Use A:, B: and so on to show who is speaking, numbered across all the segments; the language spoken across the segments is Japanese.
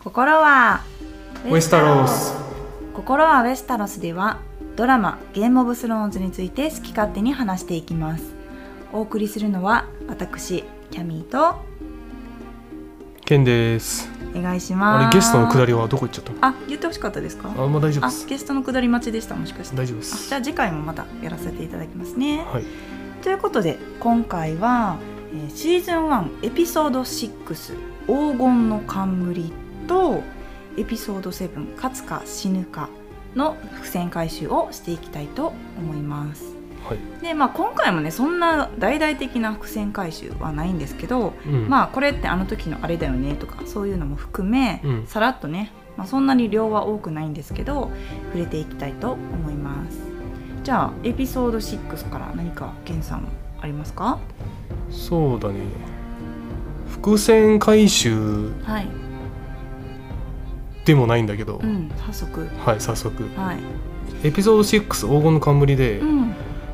A: 心は
B: ウェスタロス
A: 心はウェスタロスではドラマ「ゲームオブスローンズ」について好き勝手に話していきますお送りするのは私キャミーと
B: ケンです
A: お願いします
B: あれゲストのくだりはどこ行っちゃったの
A: あ言ってほしかったですか
B: あまあ大丈夫
A: あ
B: です
A: ゲストのくだり待ちでしたもしかして
B: 大丈夫で
A: あ
B: す
A: じゃあ次回もまたやらせていただきますね
B: はい
A: ということで今回は、えーシーズン1エピソード6「黄金の冠」とエピソード7「勝つか死ぬか」の伏線回収をしていきたいと思います。
B: はい
A: でまあ、今回もねそんな大々的な伏線回収はないんですけど、
B: うん
A: まあこれってあの時のあれだよねとかそういうのも含め、
B: うん
A: さらっとね、まあ、そんなに量は多くないんですけど触れていきたいと思いますじゃあエピソード6から何かゲンさんありますか
B: そうだね伏線回収
A: はい、
B: でもないんだけど、
A: うん、早速
B: はい早速
A: はい、
B: エピソード6黄金の冠で、
A: うん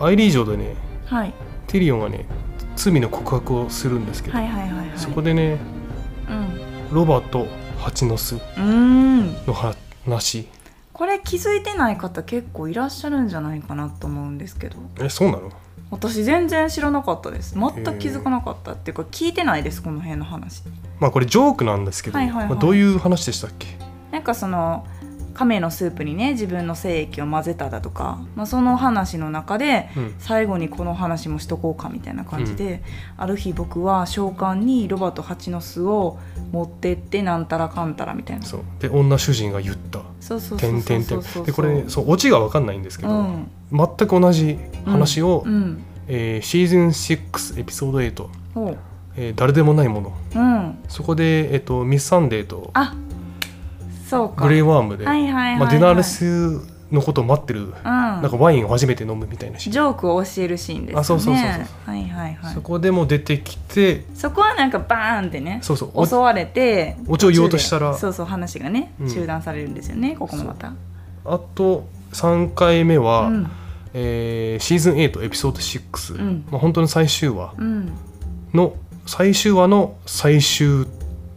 B: アイリー城でね
A: はい、
B: テリオンがね罪の告白をするんですけど、
A: はいはいはいはい
B: そこでね
A: うん
B: ロバと蜂の巣
A: うーん
B: の話
A: これ気づいてない方結構いらっしゃるんじゃないかなと思うんですけど
B: えそうなの
A: 私全然知らなかったです全く気づかなかったっていうか聞いてないですこの辺の話
B: まあこれジョークなんですけど、
A: はいはいはい
B: まあ、どういう話でしたっけ
A: なんかその亀のスープにね自分の精液を混ぜただとか、まあ、その話の中で
B: うん
A: 最後にこの話もしとこうかみたいな感じで、ある日僕は召喚にロバと蜂の巣を持ってってなんたらかんたらみたいな
B: そうで女主人が言った
A: そうそう
B: 「
A: そ
B: て
A: うんそ
B: て
A: うん
B: て」
A: そうんそう
B: でこれねそうオチが分かんないんですけ
A: う
B: ど、
A: ん
B: 全く同じ話を、
A: うん
B: えーシーズン6エピソード8、
A: ほう
B: えー誰でもないもの
A: うん
B: そこで、えっとミス・サンデーと
A: あそうか
B: グレイ・ワームで、
A: はいはいはい、はい
B: まあ、デナールスのことを待って
A: う
B: る、
A: ん
B: なんかワインを初めて飲むみたいなシーン
A: ジョークを教えるシーンですね
B: あそうそうそうそう
A: はいはいはい
B: そこでも出てきて
A: そこはなんかバーンってね
B: そうそうお
A: 襲われて
B: オチを言おうとした
A: 途中
B: ら
A: でそうそう話がね
B: うん
A: 中断されるんですよね、ここもまた
B: あと3回目は、
A: うん
B: えーシーズン8エピソード6、
A: うん
B: まあ、本当の最終話
A: うん
B: の最終話の最終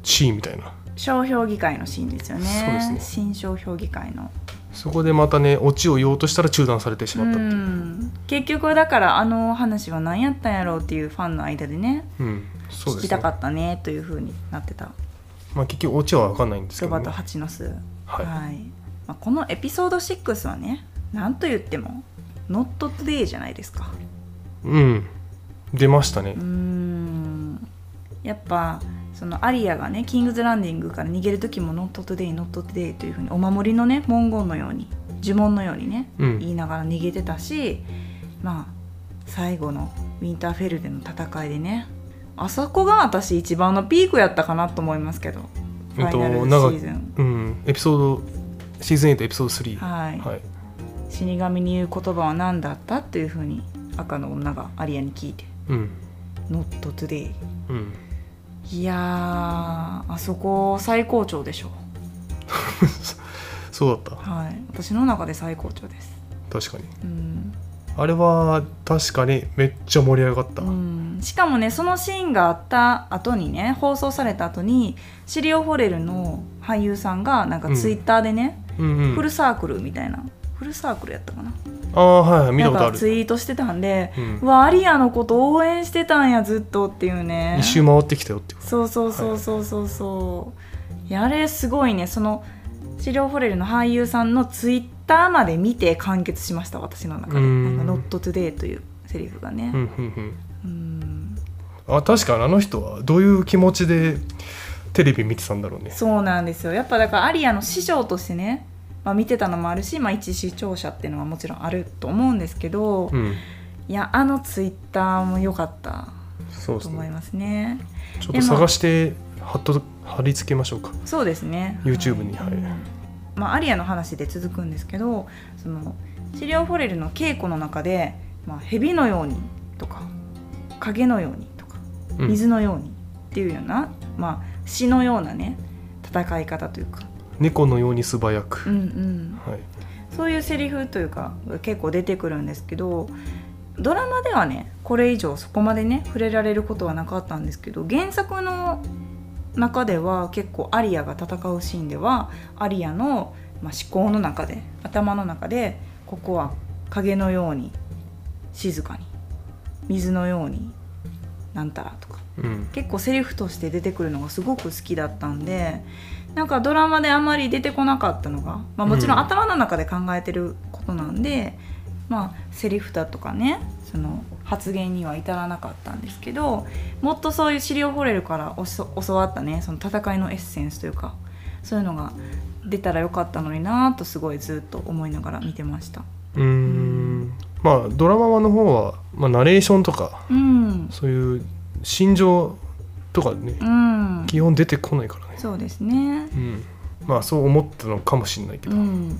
B: シーンみたいな
A: 商標議会のシーンですよね
B: そうですね
A: 新商標議会の
B: そこでまたねオチを言おうとしたら中断されてし
A: う
B: まったっていう、
A: ん結局だからあの話は何やったんやろうっていうファンの間でね
B: うんそう
A: 聞
B: で
A: き
B: す
A: た
B: ね
A: かったねというふうになってた
B: まあ、結局オチは分かんないんですけ
A: ロ
B: ど、
A: バ
B: ね
A: と、蜂の巣
B: はい
A: まあ、このエピソード6はねなんと言っても「ノットトゥデイじゃないですか
B: うん出ましたね
A: うーんやっぱそのアリアがねキングズ・ランディングから逃げる時も「ノット・トゥデイノット・トゥデイ」というふうにお守りのね文言のように呪文のようにね、
B: うん
A: 言いながら逃げてたしまあ最後のウィンターフェルでの戦いでねあそこが私一番のピークやったかなと思いますけどファイナルシ
B: 長
A: ーズン、
B: うん、エピソードシーズン8エピソード3
A: はい
B: はい、
A: 死神に言う言葉は何だったというふうに赤の女がアリアに聞いて
B: うん
A: 「ノット・トゥデイ」
B: うん、
A: いやーあそこ最高潮でしょ
B: そうだっ
A: はい私の中で最高潮です
B: た確かに
A: うん、
B: あれは確かにめっちゃ盛り上がった、
A: うん、しかもねそのシーンがあった後にね放送された後にシリオ・フォレルの俳優さんがなんか
B: うん
A: ツイッターでね、
B: うんうん
A: フルサークルみたいなフルサークルやったかな
B: ああはいはい見たことあ
A: なんかツ
B: る、
A: イートしてたんで、
B: う、
A: うんわアリアのこと応援してたんやずっとっていうね
B: 一周回ってきたよっていう
A: そうそうそうそうそうそう、いやあれすごいねそのシリオ・フォレルの俳優さんのツイッターまで見て完結しました私の中で「
B: う
A: なんんか Not Today」というセリフがね
B: うんうん
A: うん
B: うんあ確かにあの人はどういう気持ちでテレビ見てたんだろうね
A: そうなんですよやっぱだからアリアの師匠としてね、まあ、見てたのもあるし、まあ、一視聴者っていうのはもちろんあると思うんですけど、
B: うん
A: いやあのツイッターも良かった
B: そうです
A: と思い
B: ね
A: ますね
B: ちょっと探して貼っと貼り付けましょうか
A: そうですね
B: YouTube にはい
A: まあ、アリアの話で続くんですけどそのシリオ・フォレルの稽古の中で、まあ、蛇のようにとか影のようにとか
B: うん
A: 水のようにっていうような、まあ、詩のようなね戦い方というか、
B: 猫のように素早
A: う
B: く、
A: んうん、
B: はい、
A: そういうセリフというか結構出てくるんですけどドラマではねこれ以上そこまでね触れられることはなかったんですけど原作の中では結構アリアが戦うシーンではアリアの、まあ、思考の中で頭の中でここは影のように静かに水のようになんたらとか
B: うん
A: 結構セリフとして出てくるのがすごく好きだったんでなんかドラマであんまり出てこなかったのが、まあ、もちろん
B: うん
A: 頭の中で考えてることなんで、まあセリフだとかねその発言には至らなかったんですけどもっとそういう資料ホレルからおそ教わったねその戦いのエッセンスというかそういうのが出たらよかったのになぁとすごいずっと思いながら見てました。
B: うーんまあドラマの方は、まあ、ナレーションとか
A: うん、
B: そういう心情とかね
A: うん、
B: 基本出てこないからね、
A: そうですね。
B: うん、まあそう思ったのかもしれないけ
A: う
B: ど、
A: ん、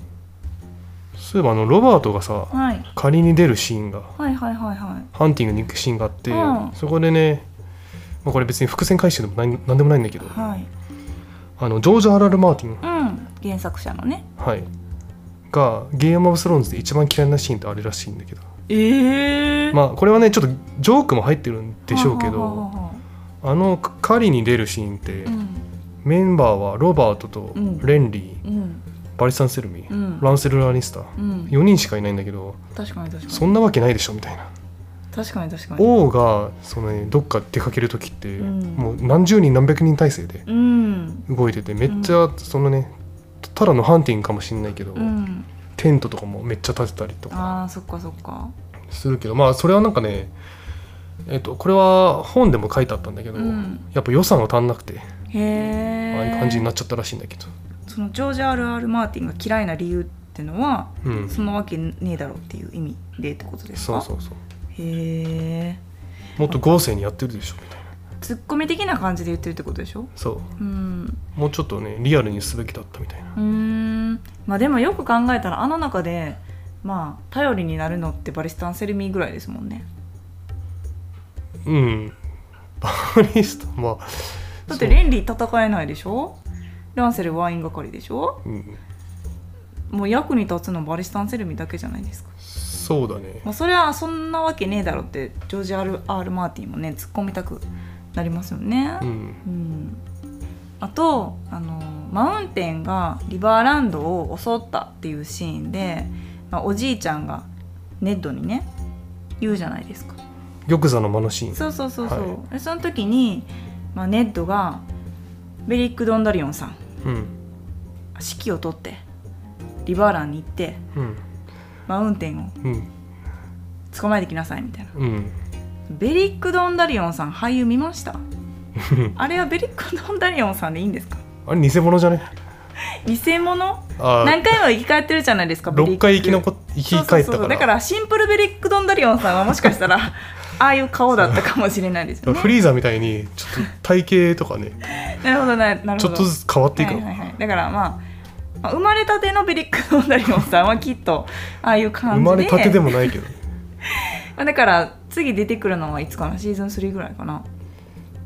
B: そういえばあのロバートがさ
A: はい、
B: 仮に出るシーンが
A: はいはいはいはい。
B: ハンティングに行くシーンがあって、
A: うん
B: そこでね、まあ、これ別に伏線回収でもなんなんでもないんだけど、
A: はい、
B: あのジョージ・アラル・マーティン、
A: うん、原作者のね。
B: はい、がゲーム・オブ・スローンズで一番嫌いなシーンってあれらしいんだけど、
A: ええ
B: まあ、これはねちょっとジョークも入ってるんでしょうけど、あの狩りに出るシーンって、
A: うん、
B: メンバーはロバートと
A: うん
B: レンリー、
A: うん、
B: バリサン・セルミ、
A: うん
B: ランセル・ラニスター
A: うん、
B: 4人しかいないんだけど
A: 確かに確か
B: そ
A: に。
B: んなわけないでしょみたいな。
A: 確かに確かに。
B: 王がその、ね、どっか出かける時って、
A: うん
B: もう何十人何百人体制で
A: うん、
B: 動いててめっちゃそのね、ただのハンティングかもしれないけど、
A: うん、
B: テントとかもめっちゃ立てたりとか
A: ああ、そっかそっか。
B: するけどまあそれはなんかねえっとこれは本でも書いてあったんだけど、
A: うん
B: やっぱ予算が足んなくて
A: へ
B: あ
A: え。
B: あいう感じになっちゃったらしいんだけど、
A: そのジョージ R.R. マーティンが嫌いな理由ってのは、
B: うん、
A: そんなわけねえだろうっていう意味でってことです
B: そう
A: か。
B: そうそう
A: う。へえ。
B: もっと豪勢にやってるでしょみたいな
A: ツッコミ的な感じで言ってるってことでしょ。
B: そう
A: うん。
B: もうちょっとねリアルにすべきだったみたいな
A: うーんまあでもよく考えたらあの中でまあ頼りになるのってバリスタンセルミーぐらいですもんね
B: うんバリスタまあ
A: だって
B: そう
A: レンリー戦えないでしょランセルワイン係でしょ
B: うん、
A: もう役に立つのバリスタンセルミーだけじゃないですか、
B: そうだね
A: まあ、それはそんなわけねえだろってジョージ・ R ・ R ・マーティンもね突っ込みたくなりますよね
B: うん
A: うんあとあのマウンテンがリバーランドを襲ったっていうシーンで、まあ、おじいちゃんがネッドにね言うじゃないですか
B: 玉座の間のシーン
A: そうそうそうそう、
B: は
A: でその時に、まあ、ネッドがベリック・ドンダリオンさん
B: うん
A: 指揮を取ってリバーランに行って
B: うん
A: マウンテンを
B: うん
A: 捕まえてきなさいみたいな
B: うん
A: ベリック・ドンダリオンさん俳優見ましたあれはベリック・ドンダリオンさんでいいんですか
B: あれ偽物じゃね
A: 偽物
B: あ
A: 何回も生き返ってるじゃないですかベリッ
B: 6
A: ク
B: 回生き残っ生き返った
A: そうそうそう
B: か
A: だ
B: ら
A: からシンプルベリック・ドンダリオンさんはもしかしたらああいう顔だったかもしれないですよね
B: フリーザみたいにちょっと体型とかね
A: なるほどななる
B: ち
A: ほ
B: ょ
A: ど
B: っとずつ変わっていく
A: はい
B: の、
A: はいはい、だからまあ、まあ生まれたてのベリック・ドンダリオンさんはきっとああいう感じで
B: 生まれたてでもないけど
A: まあだから次出てくるのはいつかなシーズン3ぐらいかな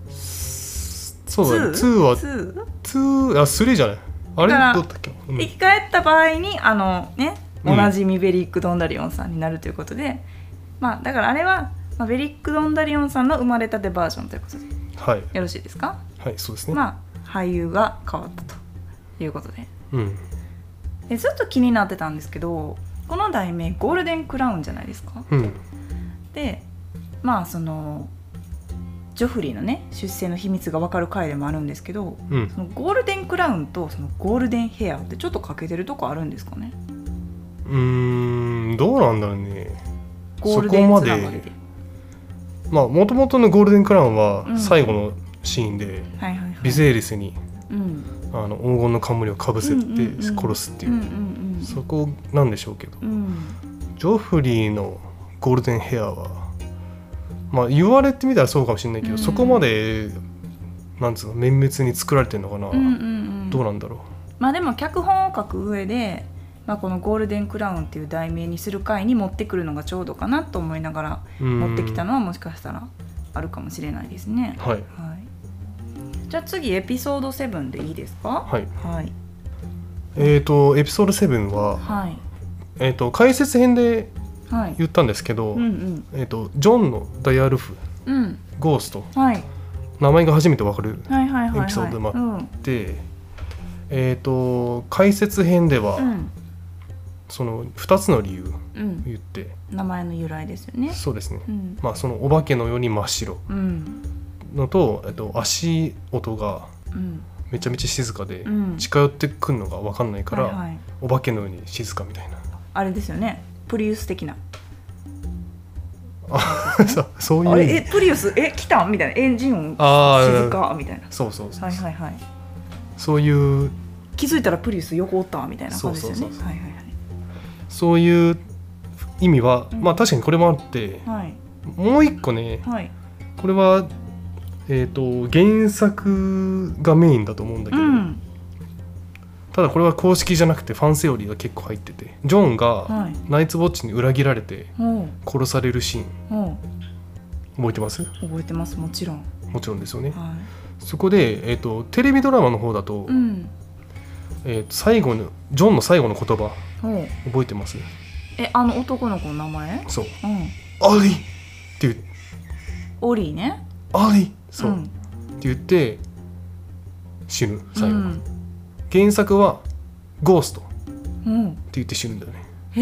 B: そうだね2は
A: 2
B: 2あ3じゃないあれ
A: だから
B: どうだったっけ、うん
A: 生き返った場合にあのね
B: うん
A: おなじみベリック・ドンダリオンさんになるということで、まあだからあれは、まあ、ベリック・ドンダリオンさんの生まれたてバージョンということでよ
B: はい
A: ろしいですか
B: はいそうですね、
A: まあ俳優が変わったということで
B: うん
A: でずっと気になってたんですけどこの題名ゴールデンクラウンじゃないですか
B: うん
A: でまあそのジョフリーのね出世の秘密が分かる回でもあるんですけど
B: うん
A: そのゴールデンクラウンとそのゴールデンヘアってちょっと欠けてるとこあるんですかね
B: うーんどうなんだろうね
A: ゴールデンつな
B: そこ
A: が
B: ま
A: り
B: で
A: で
B: まあもともとのゴールデンクラウン
A: う
B: は
A: ん
B: 最後のシーンで、
A: はいはいはい
B: ビゼーリスに
A: うん
B: あの黄金の冠をかぶせて
A: うんうんうん
B: 殺すっていう,、
A: うんうんうん
B: そこなんでしょうけど
A: うん
B: ジョフリーのゴールデンヘアはまあ言われてみたらそうかもしれないけど、
A: うん
B: そこまでなんつうの綿密に作られてるのかな、
A: うんうんうん
B: どうなんだろ
A: まあでも脚本を書く上で、まあ、この「ゴールデンクラウン」っていう題名にする回に持ってくるのがちょうどかなと思いながら
B: う、うん
A: 持ってきたのはもしかしたらあるかもしれないですね。
B: はい
A: はい、じゃあ次エピソード7でいいですか
B: はい
A: はい
B: えっ、とエピソード7は、
A: はい
B: えー、と解説編で
A: はい
B: 言ったんですけど、
A: うんうん
B: えー、とジョンのダイアルフ
A: うん
B: ゴースト
A: はい
B: 名前が初めてわかる
A: はいはいはいはい
B: エピソードも
A: うん
B: でえっ、と解説編では、
A: うん
B: その2つの理由
A: うん
B: 言って
A: 名前の由来ですよね
B: そうですね、
A: うん
B: まあそのお化けのように真っ白
A: うん
B: のと、えっと、足音が
A: うん
B: めちゃめちゃ静かで、
A: うん
B: 近寄ってくるのが分かんないから、
A: はいはい
B: お化けのように静かみ たいな
A: あれですよねプリウス的な
B: あそうそう
A: あ
B: いう
A: れ
B: 意
A: え
B: 味
A: プリウスえ来たみたいなエンジン音
B: あー
A: 静かみたいな
B: そうそうそう、
A: はいはいはい
B: そういう
A: 気づいたらプリウス横おったみたいな感じです
B: そ
A: よね
B: うそうそうそう
A: はいはい
B: そういう意味は、
A: うん
B: まあ確かにこれもあって、
A: はいはい
B: もう一個ね
A: はい
B: これは、えー、と原作がメインだと思うんだけ
A: う
B: ど、
A: ん
B: ただこれは公式じゃなくてファンセオリーが結構入っててジョンが
A: はい
B: ナイツ・ウォッチに裏切られて
A: おう
B: 殺されるシーン
A: おう
B: 覚えてます
A: 覚えてますもちろん
B: もちろんですよね
A: は
B: そこで、えー、とテレビドラマの方だと,、
A: いうん
B: えーと最後のジョンの最後の言葉
A: おう
B: 覚えてます
A: えあの男の子の名前
B: そう
A: うん
B: 「アリ!」って言う
A: オリーね
B: 「アリ!」そう、
A: ん
B: って言って死ぬ最後、
A: うん
B: 原作は「ゴースト」って
A: うん
B: 言って死ぬんだよね
A: へ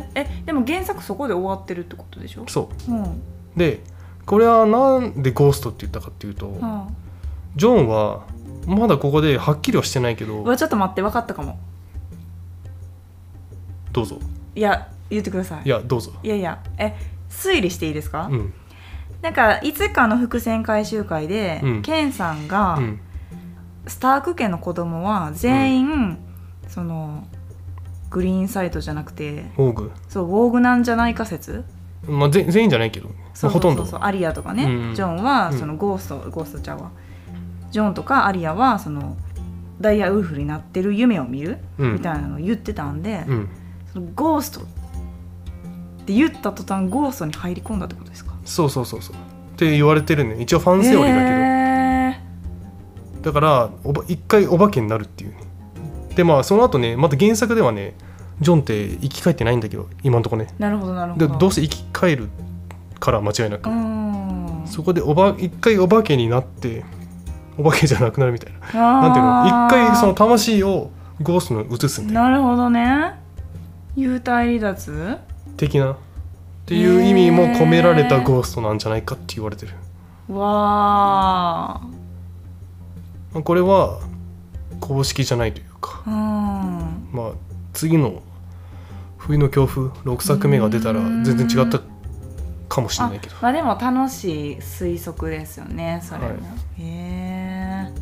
A: ーえでも原作そこで終わってるってことでしょ
B: そう
A: うんは
B: でこれはなんでゴーストって言ったかっていうと、
A: あ
B: ジョンはまだここではっきりはしてないけ
A: う
B: ど
A: わちょっと待って分かったかも
B: どうぞ
A: いや言ってください
B: いやどうぞ
A: いやいやえ推理していいですか、
B: うん
A: なんかいつかの伏線回収会で、
B: うん
A: ケンさんが、
B: うん
A: スターク家の子供は全員、そのグリーンサイトじゃなくて
B: オーグ、
A: そうウォーグなんじゃないか説
B: まあ、ぜ全員じゃないけど
A: そう
B: まあ、ほとんど
A: そうそうそうアリアとかね、
B: うん
A: ジョンは
B: うん
A: そのゴースト、ゴーストちゃんはジョンとかアリアはそのダイヤウルフになってる夢を見る、
B: うん
A: みたいなのを言ってたんで、
B: うん
A: そのゴーストって言った途端ゴーストに入り込んだってことですか
B: そうそうそうそうって言われてるね一応ファンセオリーだけど、
A: へ
B: だからおば一回お化けになるっていうねでまあその後ねまた原作ではねジョンって生き返ってないんだけど今のとこね
A: ーなるほどなるほ
B: で
A: ど
B: どうせ生き返るから間違い
A: う
B: なく、
A: ん
B: そこでおば一回お化けになってお化けじゃなくなるみたいなな
A: なん
B: ていうの一回その魂をゴーストに移すみたいな
A: なるほどね幽体離脱
B: 的なっていう意味も込められたゴーストなんじゃないかって言われてる、
A: わ
B: まあこれは公式じゃないというか
A: ーうん
B: まあ次の冬の強風6作目が出たら全然違ったかもしれ
A: あ
B: ないけど
A: まあでも楽しい推測ですよねそれも、
B: は
A: へえ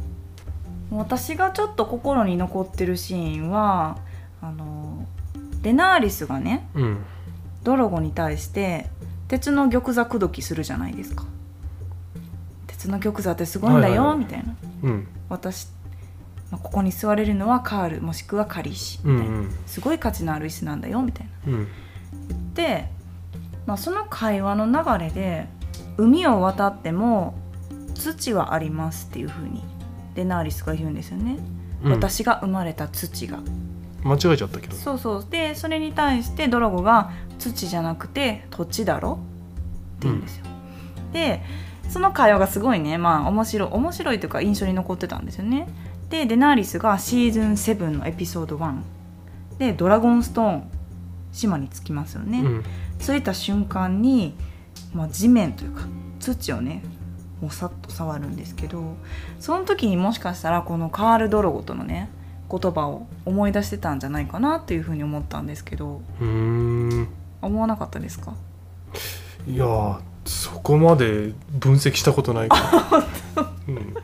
A: 私がちょっと心に残ってるシーンはあのデナーリスがね
B: うん
A: ドロゴに対して鉄の玉座口説きするじゃないですか鉄の玉座ってすごいんだよ、
B: はいはいはい
A: みたいな
B: うん
A: 私、まあここに座れるのはカールもしくはカリシ
B: う
A: み
B: ん
A: たいな、すごい価値のある椅子なんだよみたいな
B: うんうん
A: で、まあ、その会話の流れで海を渡っても土はありますっていう風にデナーリスが言うんですよね、
B: うん
A: 私が生まれた土が
B: 間違えちゃったけど
A: そうそうでそれに対してドラゴが土じゃなくて土地だろって言うんですよ、でその会話がすごいねまあ面白い面白いというか印象に残ってたんですよねでデナーリスがシーズン7のエピソード1でドラゴンストーン島に着きますよね、
B: うん
A: 着いた瞬間に、まあ、地面というか土をねもうさっと触るんですけどその時にもしかしたらこのカール・ドロゴとのね言葉を思い出してたんじゃないかなっていうふうに思ったんですけど
B: うーん
A: 思わなかったですか
B: いやーそこまで分析したこと ないから、うん、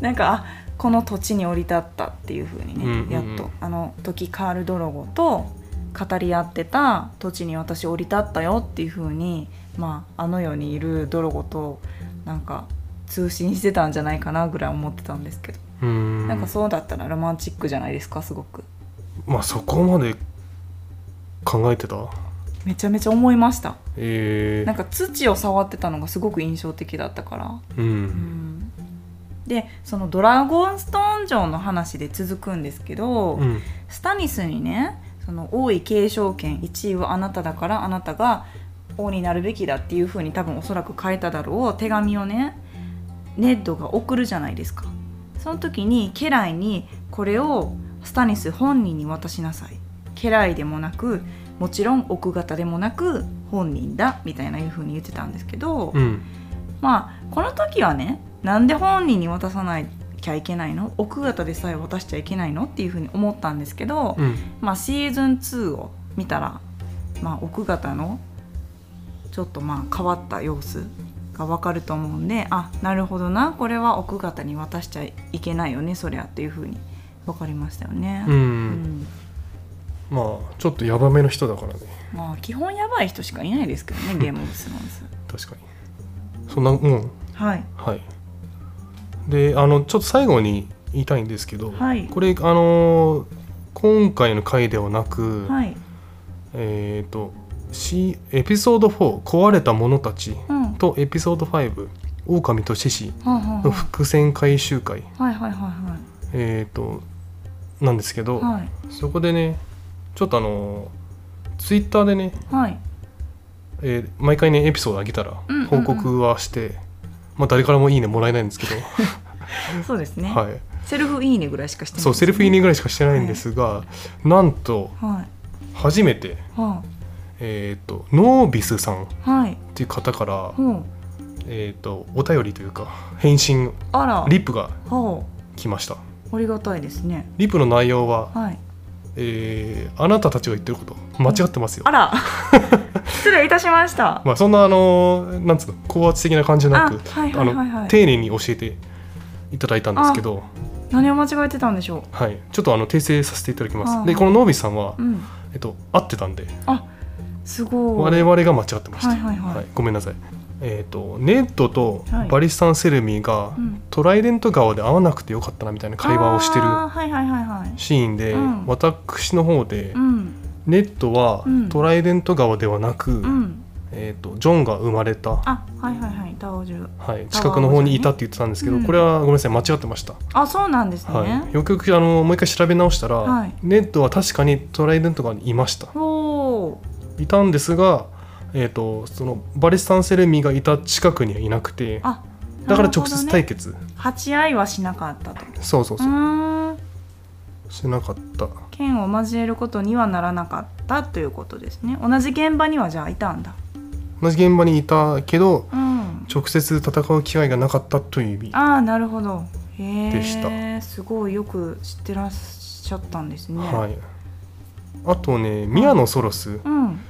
A: なんかあこの土地に降り立ったっていうふうにね、
B: うんうんうん
A: やっとあの時カール・ドロゴと語り合ってた土地に私降り立ったよっていうふうに、まあ、あの世にいるドロゴとなんか通信してたんじゃないかなぐらい思ってたんですけど、
B: うーん
A: なんかそうだったらロマンチックじゃないですかすごく
B: まあそこまで考えてた
A: めちゃめちゃ思いました
B: ええ
A: なんか土を触ってたのがすごく印象的だったから
B: う
A: うんんでそのドラゴンストーン城の話で続くんですけど、
B: うん
A: スタニスにねその王位継承権1位はあなただからあなたが王になるべきだっていう風に多分おそらく書いただろう手紙をねネッドが送るじゃないですかその時に家来にこれをスタニス本人に渡しなさい家来でもなくもちろん奥方でもなく本人だみたいないう風に言ってたんですけど、
B: うん
A: まあこの時はねなんで本人に渡さなきゃいけないの奥方でさえ渡しちゃいけないのっていう風に思ったんですけど、
B: うん
A: まあ、シーズン2を見たら、まあ、奥方のちょっとまあ変わった様子がわかると思うんであなるほどなこれは奥方に渡しちゃいけないよねそりゃっていう風に分かりましたよね。
B: う
A: うんん
B: まあちょっとヤバめの人だからね
A: まあ基本やばい人しかいないですけど ねゲームオブスローンズ。
B: 確かにそんなうん
A: はい
B: はいであのちょっと最後に言いたいんですけど、
A: はい
B: これあの今回の回ではなく、
A: はい、
B: えっ、と、C、エピソード4「壊れた者たち
A: うん、は」
B: とエピソード5「狼と獅子
A: あはあ」は
B: の伏線回収会、
A: あはいはいはいはい
B: えっ、となんですけど、
A: はい
B: そこでねちょっとあのツイッターでね、
A: はい
B: えー毎回ねエピソードあげたら
A: うんうんうん
B: 報告はして、まあ誰からもいいねもらえないんですけど、
A: そうですね、
B: はい、
A: セルフいいねぐらいしかしてない
B: そうセルフいいね
A: ね
B: ぐらいしかしてないんですが、なんと
A: は
B: 初めて、
A: いは
B: えー、とノービスさん
A: い
B: っ
A: はい
B: ていう方から、
A: ほう
B: えー、とお便りというか返信
A: あら
B: リップが
A: ほ
B: 来ました
A: うありがたいですね
B: リップの内容は、
A: はい
B: えーあなたたちが言ってること間違ってますよ
A: あ」ら 失礼いたしました
B: まあ、そんなあのーなんつうの高圧的な感じなく
A: あはいはいはいはい
B: あの丁寧に教えていただいたんですけど、
A: 何を間違えてたんでしょ
B: はい、ちょっとあの訂正させていただきま
A: あ
B: すでこのノービスさんは
A: う、うん
B: えっと、合ってたんです
A: ご
B: 我
A: い
B: 々が間違ってました、
A: はいはいはい
B: ごめんなさい、えー、とネットと
A: はい
B: バリスタン・セルミーが、
A: うん
B: トライデント川で会わなくてよかったなみたいな会話をしてる
A: あーはいはいはいはい
B: シーンで、
A: うん
B: 私の方で、
A: うん
B: ネットは
A: うん
B: トライデント川ではなく、
A: うん
B: えー、とジョンが生まれた、
A: あはいはいはいダオジュ
B: はい、近くの方にいたって言ってたんですけど、
A: うん
B: これはごめんなさい間違ってました、
A: あそうなんですね、
B: はい、よくよくあのもう一回調べ直したら、
A: はい
B: ネットは確かにトライデント川にいました
A: ほ
B: いたんですが、えー、とそのバリスタン・セルミーがいた近くにはいなくて
A: うあ
B: だから直接対
A: 決
B: 決、
A: 鉢合いはしなかったと
B: そうそう
A: う
B: そう、
A: ーん
B: しなかった
A: 剣を交えることにはならなかったということですね同じ現場にはじゃあいたんだ
B: 同じ現場にいたけど
A: うん
B: 直接戦う機会がなかったという意味
A: ああなるほどへ
B: でした
A: えすごいよく知ってらっしゃったんですね
B: はい、あとね宮野ソロス、
A: うん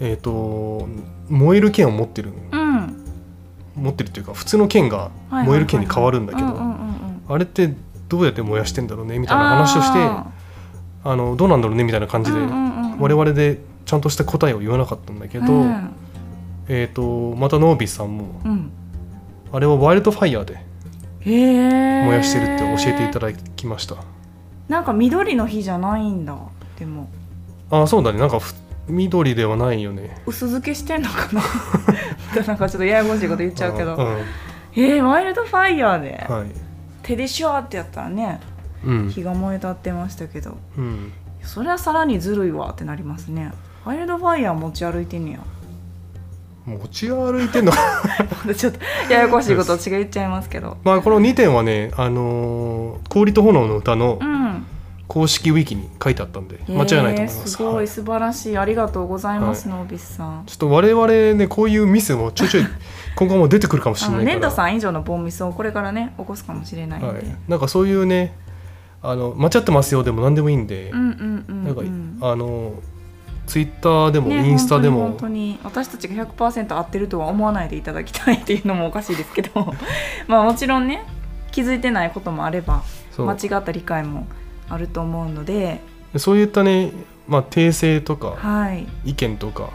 B: えー、と燃える剣を持ってる
A: うん
B: 持ってるというか普通の剣が燃える剣に変わるんだけ
A: うんうんう
B: ど
A: んうん
B: あれってどうやって燃やしてんだろうねみたいな話をしてあ
A: あ
B: のどうなんだろうねみたいな感
A: ー
B: じで、
A: うんうんうん
B: 我々でちゃんとした答えを言わなかったんだけど、
A: うん
B: えー、とまたノービスさんも
A: うん
B: あれはワイルドファイヤーで
A: へえ
B: 燃やしてるって教えていた
A: だ
B: だきました、
A: なんか緑の日じゃないんだでも
B: ああそうだねなんかふ緑ではないよね
A: 薄漬けしてんのか ななんかちょっとややこしいこと言っちゃうけ
B: あ
A: ど、
B: ー
A: えー、ワイルドファイヤーで、
B: うんはい
A: 手でシュワーってやったらね
B: うん
A: 火が燃えたってましたけど
B: うん
A: それはさらにずるいわってなりますねワイルドファイヤー持ち歩いてんねや
B: 持ち歩いてんの か
A: ちょっとややこしいことを違い言っちゃいますけど
B: まあこの2点はね、あのー氷と炎の歌の
A: うん
B: 公式ウィキに書いてあったんで間違いないと思いま
A: えー
B: す,、
A: すご
B: はいいちょ
A: 素晴らしいありがとうございます、ノービスさん
B: っと我々ねこういうミスもちょい ちょい今後も出てくるかもし
A: あ
B: れな
A: の
B: いから
A: ネットさん以上のボンミスをこれからね起こすかもしれないんで、
B: はい、なんかそういうねあの間違ってますよでも何でもいいんで、
A: うんうんうん、うん、
B: なんか、あのツイッターでも、
A: ね
B: インスタでも
A: 本当に本当に私たちが100%合ってるとは思わないでいただきたいっていうのもおかしいですけど まあもちろんね気づいてないこともあれば
B: そう
A: 間違った理解もあると思うので
B: そういったね、まあ、訂正とか
A: はい
B: 意見とか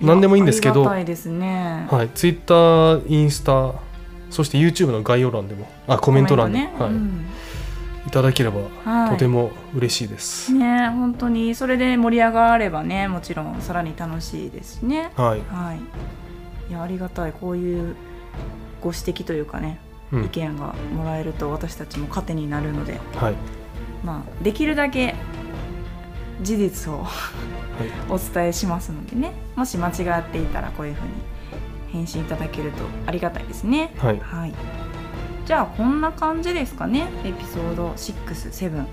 B: 何でもいいんですけど
A: ありがたいですね、
B: はい、ツイッター、インスタ、そして YouTube の概要欄でも、あコメント欄でも、
A: ね、
B: はい
A: うん
B: いただければ、
A: はい
B: とても嬉しいです。
A: ね本当にそれで盛り上がればねもちろんさらに楽しいですしね
B: はい、
A: はいいやありがたいこういうご指摘というかね
B: う
A: 意
B: ん、
A: 見がもらえると私たちも糧になるので
B: はい、
A: まあ、できるだけ事実を お伝えしますのでねもし間違っていたらこういうふうに返信いただけるとありがたいですね。
B: はい、
A: はい、じゃあこんな感じですかねエピソード67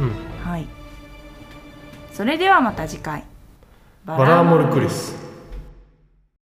B: うん
A: はいそれではまた次回
B: バラーモルクリス